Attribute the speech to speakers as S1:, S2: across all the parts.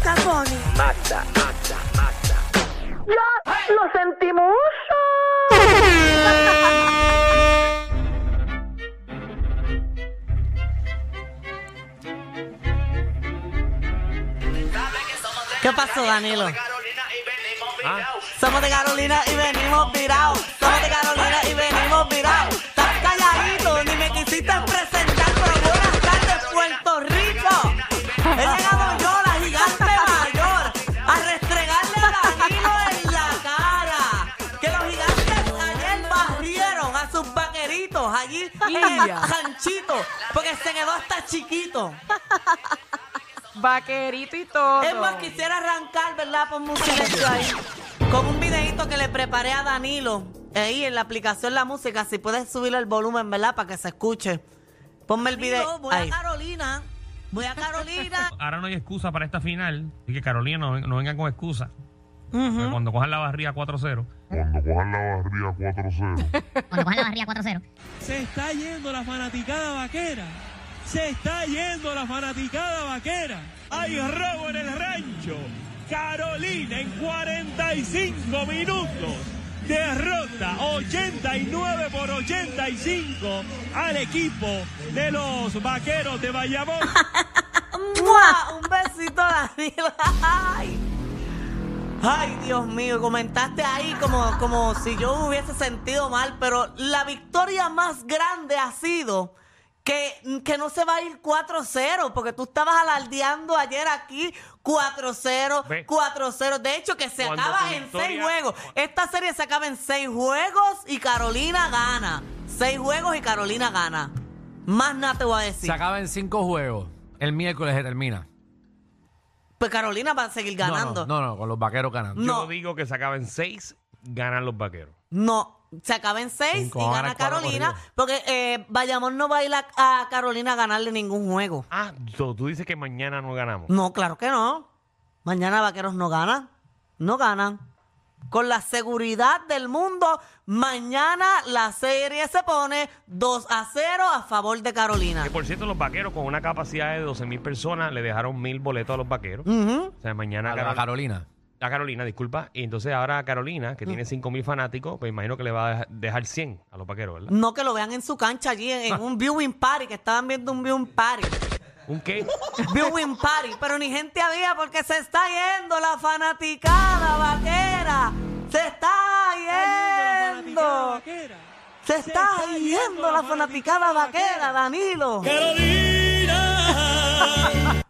S1: Sony.
S2: Mata, mata, mata.
S1: ¡Lo sentimos!
S3: ¿Qué pasó, Danilo?
S4: Ah.
S3: Somos de Carolina y venimos virados. Somos de Carolina y venimos virados. Estás calladito, ni me quisiste presentar, pero buenas tardes, Puerto Rico. He llegado yo, la gigante mayor, a restregarle a Danilo en la cara. Que los gigantes ayer barrieron a sus vaqueritos allí en el ranchito, porque se quedó hasta chiquito.
S5: Vaquerito y todo.
S3: Es más, quisiera arrancar, ¿verdad? Por música esto ahí. Con un videito que le preparé a Danilo. Ahí en la aplicación La Música, si puedes subirle el volumen, ¿verdad? Para que se escuche. Ponme el video.
S1: Voy
S3: Ahí.
S1: a Carolina. Voy a Carolina.
S4: Ahora no hay excusa para esta final. Así que Carolina, no, ven- no vengan con excusa. Porque Cuando cojan la barriga 4-0.
S6: Cuando cojan la barriga 4-0.
S7: Cuando cojan la barriga 4-0.
S8: Se está yendo la fanaticada vaquera. Se está yendo la fanaticada vaquera. Hay robo en el rancho. Carolina en 45 minutos. Derrota 89 por 85 al equipo de los vaqueros de Bayamón.
S3: ¡Mua! Un besito, Danilo. Ay. Ay, Dios mío, comentaste ahí como, como si yo me hubiese sentido mal, pero la victoria más grande ha sido que, que no se va a ir 4-0, porque tú estabas alardeando ayer aquí 4-0,
S4: Ve.
S3: 4-0. De hecho, que se
S4: Cuando
S3: acaba
S4: tu
S3: en
S4: victoria-
S3: seis juegos. Esta serie se acaba en seis juegos y Carolina gana. Seis juegos y Carolina gana. Más nada te voy a decir.
S9: Se acaba en cinco juegos. El miércoles se termina.
S3: Pues Carolina va a seguir
S9: No, no,
S3: ganando. Mm.
S9: No, no, con los vaqueros ganando.
S3: No.
S4: Yo digo que se acaban 6, ganan los vaqueros.
S3: No, se acaba en seis
S9: Cinco
S3: y
S9: ganas,
S3: gana
S9: cuatro
S3: Carolina,
S9: corridas.
S3: porque eh, Bayamón no va a ir a, a Carolina a ganarle ningún juego.
S4: Ah, so, tú dices que mañana no ganamos.
S3: No, claro que no. Mañana Vaqueros no gana. No ganan. Con la seguridad del mundo, mañana la serie se pone 2 a 0 a favor de Carolina.
S4: Que por cierto, los vaqueros con una capacidad de 12 mil personas le dejaron mil boletos a los vaqueros.
S3: Ujú.
S4: O sea, mañana
S9: A, la- a
S4: Carol-
S9: Carolina.
S4: a Carolina, disculpa. Y entonces ahora a Carolina, que tiene 5 mil fanáticos, pues imagino que le va a dejar- dejar 100 a los vaqueros, ¿verdad?
S3: No que lo vean en su cancha allí, en, en un viewing party, que estaban viendo un viewing party.
S4: ¿Un qué?
S3: Viewing Party, pero ni gente había porque se está yendo la fanaticada vaquera. Se está yendo. Se está yendo la fanaticada vaquera, Danilo.
S8: Carolina.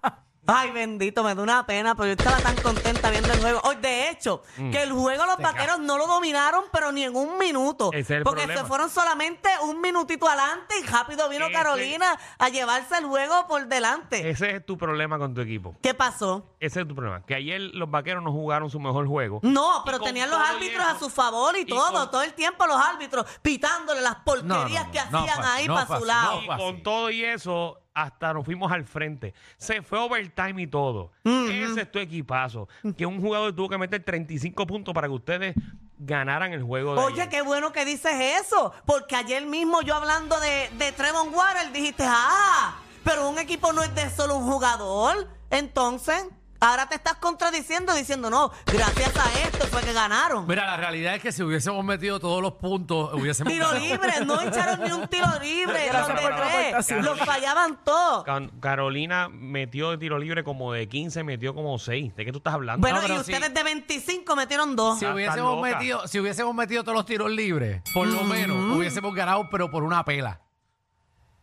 S3: Ay, bendito, me da una pena, pero yo estaba tan contenta viendo el juego. Hoy, de hecho,
S4: Mm.
S3: que el juego los vaqueros no lo dominaron, pero ni en un minuto.
S4: Ese es el
S3: porque
S4: problema.
S3: se fueron solamente un minutito adelante y rápido vino
S4: Ese-
S3: Carolina a llevarse el juego por delante.
S4: Ese es tu problema con tu equipo.
S3: ¿Qué pasó?
S4: Ese es tu problema. Que ayer los vaqueros no jugaron su mejor juego.
S3: No, pero
S4: Y con
S3: tenían los
S4: todo
S3: árbitros
S4: eso-
S3: a su favor y
S4: y
S3: todo,
S4: con-
S3: todo el tiempo los árbitros pitándole las porquerías
S9: no,
S3: que
S9: no,
S3: hacían
S9: fácil,
S3: ahí
S9: no,
S3: para su
S9: fácil,
S3: lado.
S4: Y
S9: Fácil.
S4: con todo y eso, hasta nos fuimos al frente. Se fue overtime y todo.
S3: Mm-hmm.
S4: Ese es tu equipazo. Que un jugador tuvo que meter 35 puntos para que ustedes ganaran el juego de
S3: Oye,
S4: ayer.
S3: qué bueno que dices eso, porque ayer mismo yo hablando de, de Trevon Water dijiste, ah, pero un equipo no es de solo un jugador. Entonces, ahora te estás contradiciendo diciendo, no, gracias a esto fue que ganaron.
S9: Mira, la realidad es que si hubiésemos metido todos los puntos, hubiésemos.
S3: Tiro
S9: ganado.
S3: libre, no echaron ni un tiro libre, los
S4: Gracias
S3: de
S4: por la
S3: tres,
S5: aportación.
S3: los fallaban todos.
S4: Ca- Carolina metió de tiro libre como de 15, metió como 6. ¿De qué tú estás hablando?
S3: Bueno,
S9: No, pero
S3: y
S9: sí.
S3: ustedes de 25 metieron dos.
S9: Si
S4: Estás
S9: hubiésemos,
S4: loca.
S9: metido, si hubiésemos metido todos los tiros libres, por
S3: Mm.
S9: lo menos hubiésemos ganado, pero por una pela.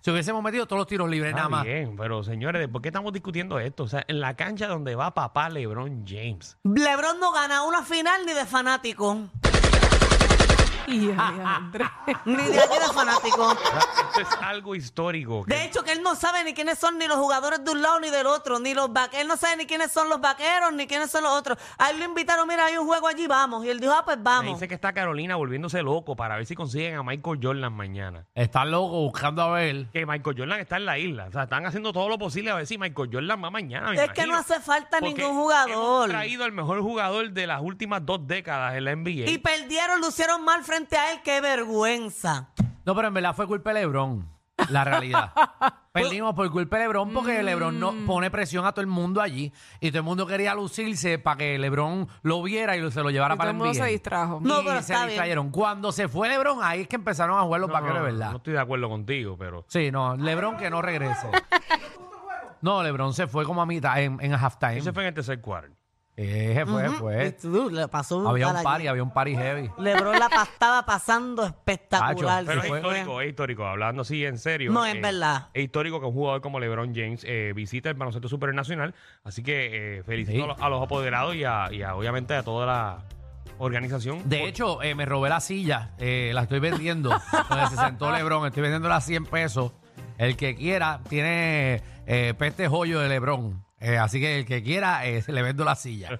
S9: Si hubiésemos metido todos los tiros libres,
S4: Está
S9: nada más.
S4: bien, pero señores, ¿por qué estamos discutiendo esto? O sea, en la cancha donde va papá LeBron James.
S3: LeBron no gana una final ni de fanático.
S5: Y Alejandro.
S3: Ni de allí de fanático.
S4: O sea, esto es algo histórico. que-
S3: De hecho, que él no sabe ni quiénes son ni los jugadores de un lado ni del otro, ni los vaqueros. Él no sabe ni quiénes son los vaqueros ni quiénes son los otros. A él lo invitaron, mira, hay un juego allí, vamos. Y él dijo, ah, pues
S4: me
S3: vamos.
S4: dice que está Carolina volviéndose loco para ver si consiguen a Michael Jordan mañana.
S9: Está loco buscando a ver.
S4: que Michael Jordan está en la isla. O sea, están haciendo todo lo posible a ver si Michael Jordan va mañana. me
S3: Es que no
S4: imagino.
S3: hace falta
S4: Porque
S3: ningún jugador.
S4: Hemos traído al mejor jugador de las últimas dos décadas en la NBA.
S3: Y perdieron, lucieron mal frente a él. ¡Qué vergüenza!
S9: No, pero en verdad fue culpa de Lebron. la realidad. Perdimos por culpa de Lebron
S5: Mm.
S9: porque Lebron no pone presión a todo el mundo allí y todo el mundo quería lucirse para que Lebron lo viera y lo- se lo llevara
S5: Y todo
S9: para
S5: el mundo
S9: el
S5: se
S9: NBA.
S5: distrajo.
S9: Y
S3: No, pero
S9: se
S3: está bien.
S9: distrayeron. Cuando se fue Lebron, ahí es que empezaron a jugar los vaqueros de verdad.
S4: no estoy de acuerdo contigo, pero.
S9: Sí, no, Lebron que no regrese. No, Lebron se fue como a mitad, en, en halftime.
S4: Ese fue en el tercer cuarto.
S9: Eh, se fue, fue.
S5: Este,
S3: Tú, le pasó brutal
S9: Había un
S3: allí.
S9: party, había un party heavy.
S3: Lebron la pa- estaba pasando espectacular.
S9: Tacho, eh.
S4: Pero
S9: Sí,
S4: es
S9: fue.
S4: histórico, es histórico. Hablando así en serio. eh,
S3: No, es verdad.
S4: Es histórico que un jugador como LeBron James eh, visite el baloncesto supernacional. Así que eh, felicito
S9: Sí.
S4: a, los, a los apoderados y, a, y a, obviamente a toda la organización.
S9: De hecho, eh, me robé la silla, eh, la estoy vendiendo. Donde se sentó Lebron, estoy vendiéndola a 100 pesos. El que quiera tiene eh, peste joyo de Lebron. Eh, así que el que quiera, eh, se le vendo la silla.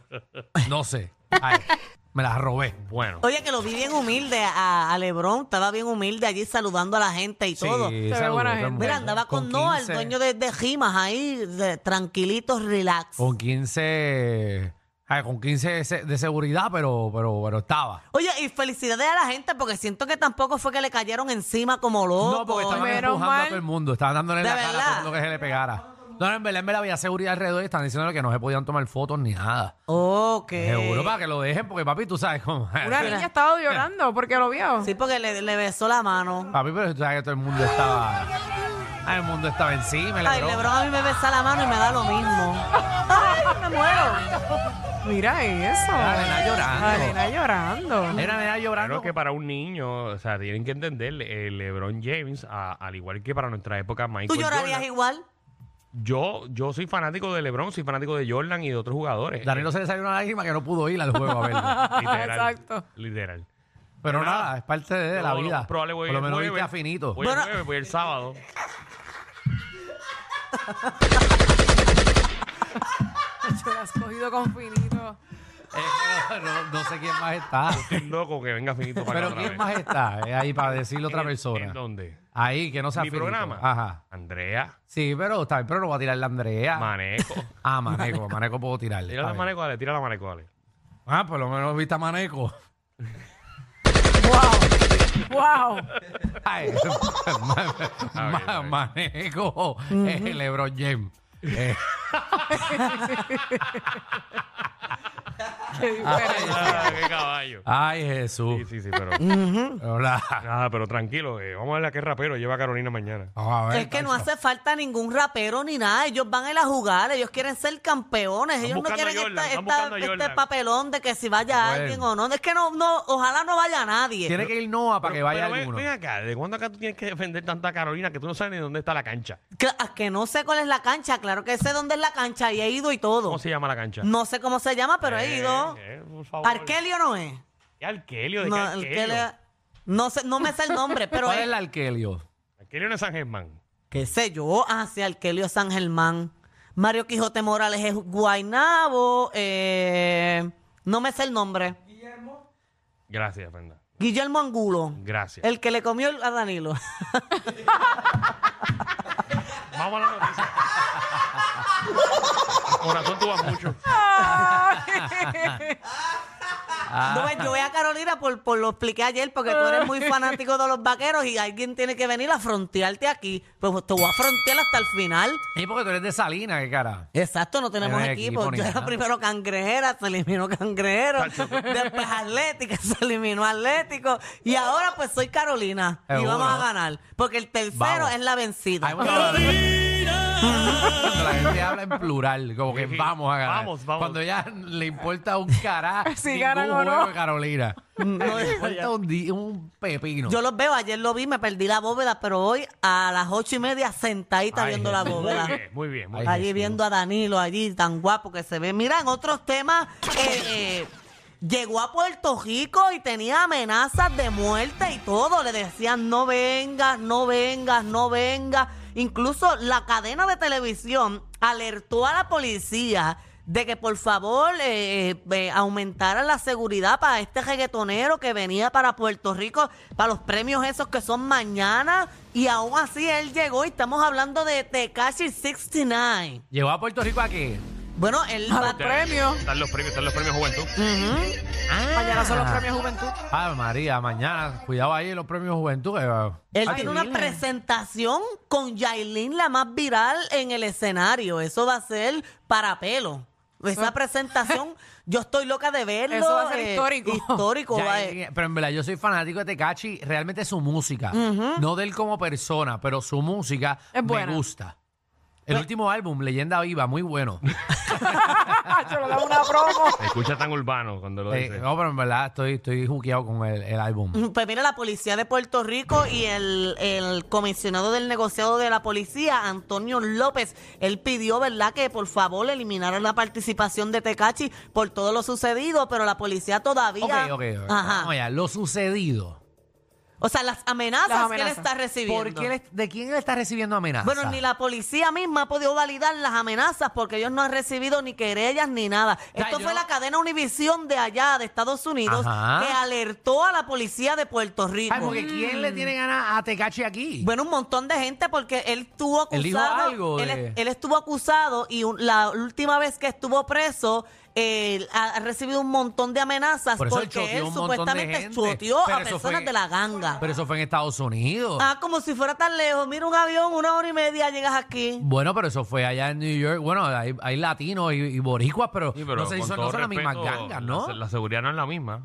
S9: No sé. Ay, me la robé.
S4: Bueno,
S3: Oye, que lo vi bien humilde a, a Lebron, estaba bien humilde allí saludando a la gente y todo.
S5: ve buena gente.
S3: Mira, andaba con, Noah, el dueño de, de Gimas, ahí, de- tranquilito, relax.
S9: Con 15. ay, con 15 de se- de seguridad, pero, pero, pero estaba.
S3: Oye, y felicidades a la gente, porque siento que tampoco fue que le cayeron encima como loco.
S9: No, porque estaban
S5: Menos
S9: empujando a
S5: mal.
S9: todo el mundo. Estaban dándole en
S3: De
S9: la cara a todo el
S3: verdad.
S9: mundo que se le pegara. No, no, en verdad, en verdad había seguridad alrededor y están diciendo que no se podían tomar fotos ni nada.
S3: Ok.
S9: Seguro para que lo dejen, porque papi, tú sabes cómo. es.
S5: Una niña estaba llorando porque lo vio.
S3: Sí, porque le, le besó la mano.
S9: Papi, pero tú sabes que todo el mundo estaba. Ah, el mundo estaba encima. el
S3: Ay,
S9: Lebron.
S3: Lebron a mí me besa la mano y me da lo mismo. Ay, me muero.
S5: Mira eso.
S9: Era la nena llorando.
S5: La nena llorando.
S9: Era nena
S4: claro
S9: llorando.
S4: que para un niño, o sea, tienen que entender, eh, LeBron James, a- al igual que para nuestra época, Michael
S3: ¿Tú llorarías
S4: Jordan,
S3: igual?
S4: yo, yo soy fanático de LeBron, soy fanático de Jordan y de otros jugadores.
S9: Danilo se le salió una lágrima que no pudo ir al juego a verlo.
S4: Literal.
S5: Exacto.
S4: Literal.
S9: Pero nada, es parte de la
S4: Yo lo
S9: vida.
S4: más probable voy
S9: Por lo
S4: el
S9: menos
S4: jueves.
S9: viste a Finito.
S4: Voy
S3: Bueno.
S4: el jueves, voy el sábado.
S5: Te la has cogido con finito.
S9: Eh, no, no sé quién más está.
S4: Estoy loco que venga Finito para
S9: Pero
S4: acá otra vez.
S9: ¿quién más está? Es ahí para decirle a otra
S4: ¿En-
S9: persona.
S4: ¿En dónde?
S9: Ahí, que no sea
S4: mi
S9: Finito.
S4: programa.
S9: Ajá.
S4: Andrea,
S9: Sí, pero está bien, pero no va a tirar la Andrea.
S4: Maneco.
S9: Ah, Maneco, Maneco puedo tirarle.
S4: Tira la
S9: está bien.
S4: Maneco, dale, tira la Maneco, dale.
S9: Ah, por lo menos viste a Maneco.
S5: ¡Wow!
S9: Ay, ma- ma-
S4: bien, está bien.
S9: manejo eh, LeBron James. Eh,
S5: ¡Qué diferente!
S4: Ah, qué caballo.
S9: ay,
S4: Sí,
S9: Jesús.
S4: sí, sí, pero.
S9: Mm. Hola.
S4: Nada, pero tranquilo, eh, vamos a ver a qué rapero lleva a Carolina mañana.
S9: Vamos a ver,
S3: Es que no
S9: tacho.
S3: hace falta ningún rapero ni nada. Ellos van a ir a jugar, ellos quieren ser campeones. Ellos no
S4: buscando a
S3: quieren
S4: Jordan,
S3: esta-
S4: están
S3: esta-
S4: buscando a
S3: este
S4: Jordan.
S3: papelón de que si vaya
S9: Bueno.
S3: alguien o no. Es que no, no, ojalá no vaya nadie.
S9: Tiene que ir Noah para que vaya
S4: pero ven-
S9: alguno.
S4: Ven, acá, ¿de cuándo acá tú tienes que defender tanta Carolina que tú no sabes ni dónde está la cancha?
S3: Cla- ah, Que no sé cuál es la cancha, claro que sé dónde es la cancha y he ido y todo.
S4: ¿Cómo se llama la cancha?
S3: No sé cómo se llama, pero he
S4: Eh,
S3: ido.
S4: eh, por favor.
S3: Arkelio no es.
S4: ¿Qué Arkelio? ¿De
S3: No,
S4: qué Arkelio?
S3: Arkelio- no sé, no me sé el nombre, pero
S9: ¿Cuál es
S3: es,
S9: el Arkelio?
S4: Arkelio no es San Germán.
S3: qué sé yo. Ah, sí, Arkelio San Germán. Mario Quijote Morales es Guainabo. eh, no me sé el nombre.
S4: Gracias, Fernanda.
S3: Guillermo Angulo.
S4: Gracias.
S3: El que le comió el- a Danilo.
S4: Vamos a la noticia. Corazón, tú vas mucho.
S3: No, ves, yo voy a Carolina por, por lo expliqué ayer porque tú eres muy fanático de los vaqueros y alguien tiene que venir a frontearte aquí. Pues te voy a frontear hasta el final.
S9: Y porque tú eres de Salinas, qué cara.
S3: Exacto, no tenemos
S9: No hay
S3: equipo.
S9: equipo ni
S3: Yo era
S9: nada.
S3: primero cangrejera, se eliminó cangrejero. después atlética, se eliminó atlético. Y ahora pues soy Carolina. Y
S9: Seguro.
S3: vamos a ganar. Porque el tercero
S9: Vamos.
S3: es la vencida.
S9: Hay mucha- Cuando la gente habla en plural, como que
S4: Sí, sí.
S9: vamos a ganar.
S4: Vamos, vamos.
S9: Cuando ya le importa un carajo
S5: Si
S9: ningún
S5: ganan o no.
S9: juego de Carolina. le
S3: ya.
S9: importa un, di- un pepino.
S3: Yo los veo, ayer lo vi, me perdí la bóveda, pero hoy a las ocho y media sentadita
S9: Ay,
S3: viendo la
S9: Jesús.
S4: Muy
S3: bóveda.
S4: bien, muy bien. muy
S9: Ay,
S4: bien.
S3: allí
S9: Jesús.
S3: viendo a Danilo, allí tan guapo que se ve. Mira, en otros temas, eh, eh, llegó a Puerto Rico y tenía amenazas de muerte y todo. Le decían, no vengas, no vengas, no vengas. Incluso la cadena de televisión alertó a la policía de que por favor eh, eh, aumentara la seguridad para este reggaetonero que venía para Puerto Rico, para los premios esos que son mañana, y aún así él llegó y estamos hablando de Tekashi 69.
S9: Llegó a Puerto Rico aquí.
S3: Bueno, él
S9: Ah,
S5: A
S3: va
S5: los premios.
S4: Están los premios, están los premios juventud.
S5: Ah. Mañana son los premios Juventud.
S9: Ah, María, mañana. Cuidado ahí en los premios Juventud. eh,
S3: Él
S5: Ay,
S3: tiene una
S5: dile.
S3: presentación con Yailin, la más viral en el escenario. Eso va a ser para pelo. Esa presentación, yo estoy loca de verlo. eh,
S5: Eso va a ser histórico.
S3: Histórico.
S9: Ya,
S3: va-
S9: eh, pero en verdad, yo soy fanático de Tecachi, realmente su música. No de él como persona, pero su música
S5: Es
S9: me
S5: buena. Pues-
S9: gusta. El último álbum, Leyenda Viva, muy bueno.
S5: Yo le damos una promo.
S4: Se escucha tan urbano cuando lo
S9: Eh,
S4: dice.
S9: no, pero en verdad estoy, estoy juqueado con el, el álbum.
S3: Pues mira, la policía de Puerto Rico y el, el comisionado del negociado de la policía, Antonio López, él pidió, ¿verdad?, que por favor eliminaran la participación de Tecachi por todo lo sucedido, pero la policía todavía.
S9: Ok, ok, ok.
S3: Ajá.
S9: Vamos allá, lo sucedido.
S3: O sea, las amenazas,
S5: Las
S3: que él
S5: amenazas.
S3: está recibiendo.
S9: ¿Por qué le- ¿De quién le está recibiendo amenazas?
S3: Bueno, ni la policía misma ha podido validar las amenazas porque ellos no han recibido ni querellas ni nada.
S9: Ya,
S3: Esto
S9: yo
S3: fue
S9: no-
S3: la cadena Univisión de allá, de Estados Unidos,
S9: Ajá.
S3: que alertó a la policía de Puerto Rico.
S9: Ay, porque ¿quién le tiene ganas a Tecachi aquí?
S3: Bueno, un montón de gente porque él estuvo acusado.
S9: Él dijo algo
S3: él,
S9: de-
S3: es- él estuvo acusado y un- la última vez que estuvo preso eh, ha, ha recibido un montón de amenazas
S9: Por eso él
S3: porque
S9: choteó
S3: él
S9: un montón de
S3: supuestamente
S9: gente.
S3: choteó
S9: Pero
S3: a
S9: eso
S3: personas
S9: fue-
S3: de la ganga.
S9: Pero eso fue en Estados Unidos.
S3: Ah, como si fuera tan lejos. Mira un avión, una hora y media llegas aquí.
S9: Bueno, pero eso fue allá en New York. Bueno, hay, hay latinos y, y boricuas, pero,
S4: Sí, pero
S9: no, se
S4: con
S9: hizo,
S4: todo
S9: no son las mismas
S4: respeto,
S9: gangas, ¿no?
S4: La, la seguridad no es la misma.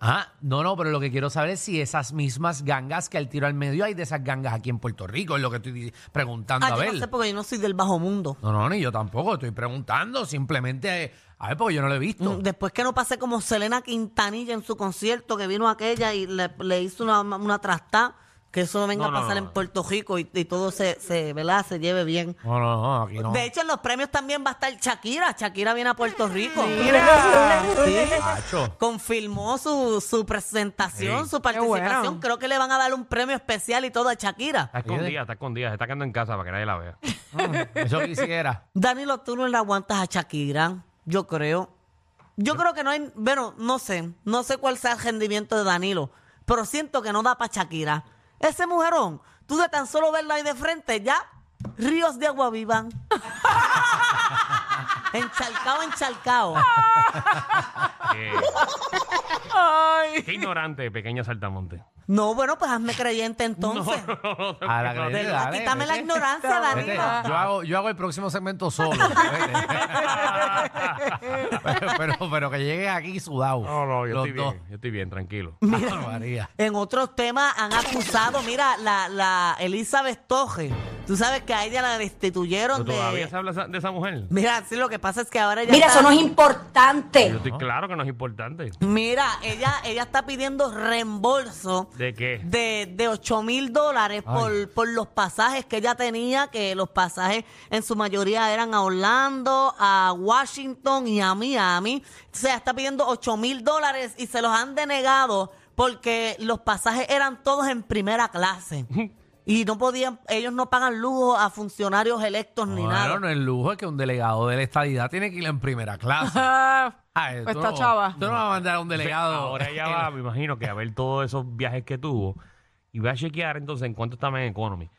S9: Ah, no, no, pero lo que quiero saber es si esas mismas gangas que al tiro al medio hay de esas gangas aquí en Puerto Rico, es lo que estoy di- preguntando
S3: Ah,
S9: a
S3: yo
S9: ver.
S3: no sé porque yo no soy del bajo mundo.
S9: No, no, ni yo tampoco, estoy preguntando, simplemente, eh, a ver, porque yo no lo he visto.
S3: Mm, Después que no pasé como Selena Quintanilla en su concierto, que vino aquella y le, le hizo una, una trastá, que eso no venga
S4: No, no,
S3: a pasar
S4: no, no.
S3: en Puerto Rico y, y todo se, se, ¿verdad? se lleve bien.
S9: No, no, no, aquí no.
S3: De hecho, en los premios también va a estar Shakira. Shakira viene a Puerto Rico.
S5: Mira.
S9: Tacho.
S3: Confirmó su, su presentación,
S9: Sí.
S3: su participación.
S5: bueno.
S3: Creo que le van a dar un premio especial y todo a Shakira.
S4: Está escondida, está escondida, se está quedando en casa para que nadie la vea.
S9: Eso quisiera.
S3: Danilo, tú no le aguantas a Shakira, yo creo. Yo creo que no hay, bueno, no sé, no sé cuál sea el rendimiento de Danilo, pero siento que no da para Shakira. Ese mujerón, tú de tan solo verlo ahí de frente, ya, ríos de agua viva. encharcado, encharcado.
S4: Eh,
S5: Ay.
S4: qué ignorante, pequeña saltamonte.
S3: No, bueno, pues hazme creyente entonces.
S9: A la
S3: De
S9: credibilidad,
S3: verdad,
S9: dale,
S3: quítame la
S9: vete.
S3: ignorancia,
S9: Vete,
S3: Danilo.
S9: yo, hago, yo hago el próximo segmento solo. vete. pero, pero, pero que llegues aquí sudado.
S4: No, no, yo
S9: los
S4: estoy
S9: dos.
S4: bien, yo estoy bien, tranquilo.
S9: Mira, María.
S3: En otros temas han acusado, mira, la, la Elizabeth Toje. Tú sabes que a ella la destituyeron
S4: Pero todavía
S3: de...
S4: se habla esa- de esa mujer.
S3: Mira, sí, lo que pasa es que ahora ella
S1: Mira,
S3: está-
S1: eso no es importante.
S4: Yo estoy claro que no es importante.
S3: Mira, ella, ella está pidiendo reembolso
S4: ¿De qué?
S3: de, de 8 mil dólares por, por los pasajes que ella tenía, que los pasajes en su mayoría eran a Orlando, a Washington y a Miami. O sea, está pidiendo 8 mil dólares y se los han denegado porque los pasajes eran todos en primera clase. Y no podían, ellos no pagan lujo a funcionarios electos ni nada.
S9: Bueno, no es lujo es que un delegado de la estadidad tiene que ir en primera clase.
S5: Ah,
S9: Ay,
S5: pues
S9: tú
S5: está
S9: no-
S5: chava.
S9: Tú no vas a mandar a un delegado.
S4: Ahora ella va, me imagino que a ver todos esos viajes que tuvo y va a chequear entonces en cuánto estaba en Economy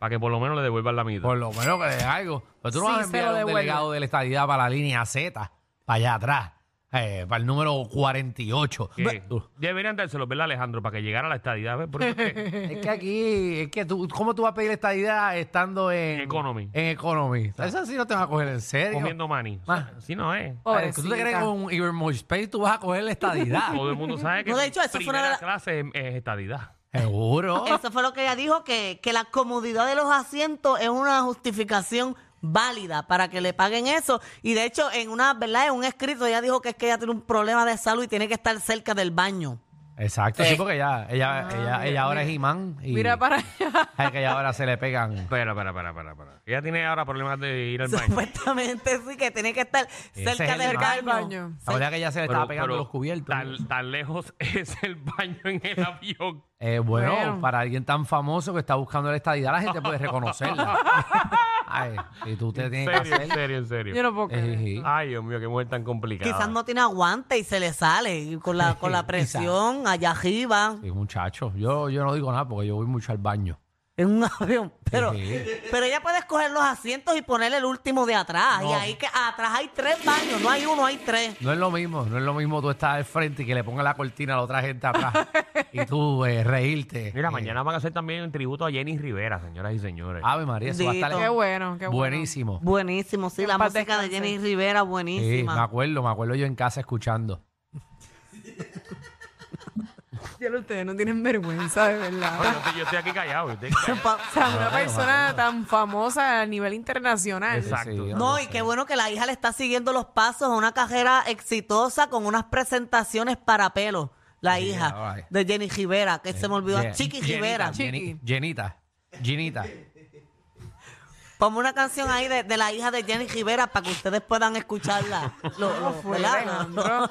S4: para que por lo menos le devuelvan la mitad.
S9: Por lo menos que de algo. Pero tú no
S5: Sí,
S9: vas a
S5: se
S9: enviar
S5: lo
S9: a un
S5: devuelve.
S9: delegado de la estadidad para la línea Z, para allá atrás, eh, para el número 48.
S4: Que
S9: Ve- tú-
S4: Deberían dárselo, ¿verdad, Alejandro? Para que llegara a la estadidad. ¿ves? Por eso es que-
S9: Es que aquí, es que tú, ¿cómo tú vas a pedir estadidad estando en.
S4: En Economy.
S9: En Economy. Eso sí no te vas a coger en serio.
S4: comiendo mani. O sea, Así no es.
S9: Ay, ¿Tú te crees que con Ibermo Space tú vas a coger la estadidad?
S4: Todo el mundo sabe que
S3: Ah. No, de hecho, eso fue una
S4: primera
S3: de las-
S4: clase es, es estadidad.
S9: Seguro.
S3: Eso fue lo que ella dijo, que, que la comodidad de los asientos es una justificación válida para que le paguen eso. Y de hecho, en una, ¿verdad? En un escrito ella dijo que es que ella tiene un problema de salud y tiene que estar cerca del baño.
S9: Exacto, sí, porque ella, ella, ella, ella ahora es imán. Y
S5: Ah, Mira para allá.
S9: Es que ella ahora se le pegan.
S4: Espera, espera, espera, espera, espera. Ella tiene ahora problemas de ir al baño.
S3: Supuestamente sí, que tiene que estar
S9: Ese
S3: cerca
S9: es el
S3: del
S5: mal
S3: baño.
S5: baño.
S9: La verdad que ella se le estaba pegando los cubiertos.
S4: Tan, tan lejos es el baño en el avión.
S9: Eh, bueno,
S5: Bueno.
S9: para alguien tan famoso que está buscando la estadidad, la gente puede reconocerla. Ay, y tú te
S4: En
S9: tienes que
S4: serio, Ah. en
S9: hacer.
S4: serio, en
S5: Yo
S4: serio.
S5: no puedo
S9: Eh,
S5: creer.
S9: sí.
S4: Ay, Dios mío, qué mujer tan complicada.
S3: Quizás no tiene aguante y se le sale y con la, con la
S9: Quizás.
S3: presión allá arriba.
S9: Sí, muchacho. Yo, yo no digo nada porque yo voy mucho al baño.
S3: en un avión. Pero,
S9: Sí.
S3: pero ella puede escoger los asientos y poner el último de atrás. Y
S9: No.
S3: ahí que atrás hay tres baños, no hay uno, hay tres.
S9: No es lo mismo, no es lo mismo tú estar al frente y que le ponga la cortina a la otra gente atrás y tú eh, reírte.
S4: Mira,
S9: Eh,
S4: mañana van a hacer también un tributo a Jenny Rivera, señoras y señores.
S9: Ave María, eso va a estar
S3: Bendito.
S5: Qué bueno, qué bueno.
S9: buenísimo.
S3: Buenísimo, sí,
S5: En
S3: la
S5: paz
S3: música de
S5: descanse.
S3: Jenny Rivera,
S9: Sí, me
S3: buenísima.
S9: acuerdo, me acuerdo yo en casa escuchando.
S5: Ya lo- ustedes no tienen vergüenza, de
S4: No,
S5: verdad.
S4: yo, estoy, yo estoy aquí callado. yo estoy callado.
S3: Pa-
S5: O sea, una
S9: Claro,
S5: persona tan famosa a nivel internacional.
S4: Exacto.
S3: No, y qué bueno que la hija le está siguiendo los pasos a una carrera exitosa con unas presentaciones para pelo. La hija
S9: alright.
S3: de Jenny Rivera, que se me olvidó,
S9: Ye-
S3: Chiqui
S9: Jenita,
S3: Rivera.
S9: Jenny-
S5: Chiqui.
S9: Jenita, Jenita.
S3: Ponme una canción ahí de, de la hija de Jenny Rivera para que ustedes puedan escucharla. Lo- lo-
S5: ¿Cómo fue,
S3: ¿verdad?
S5: Alejandro?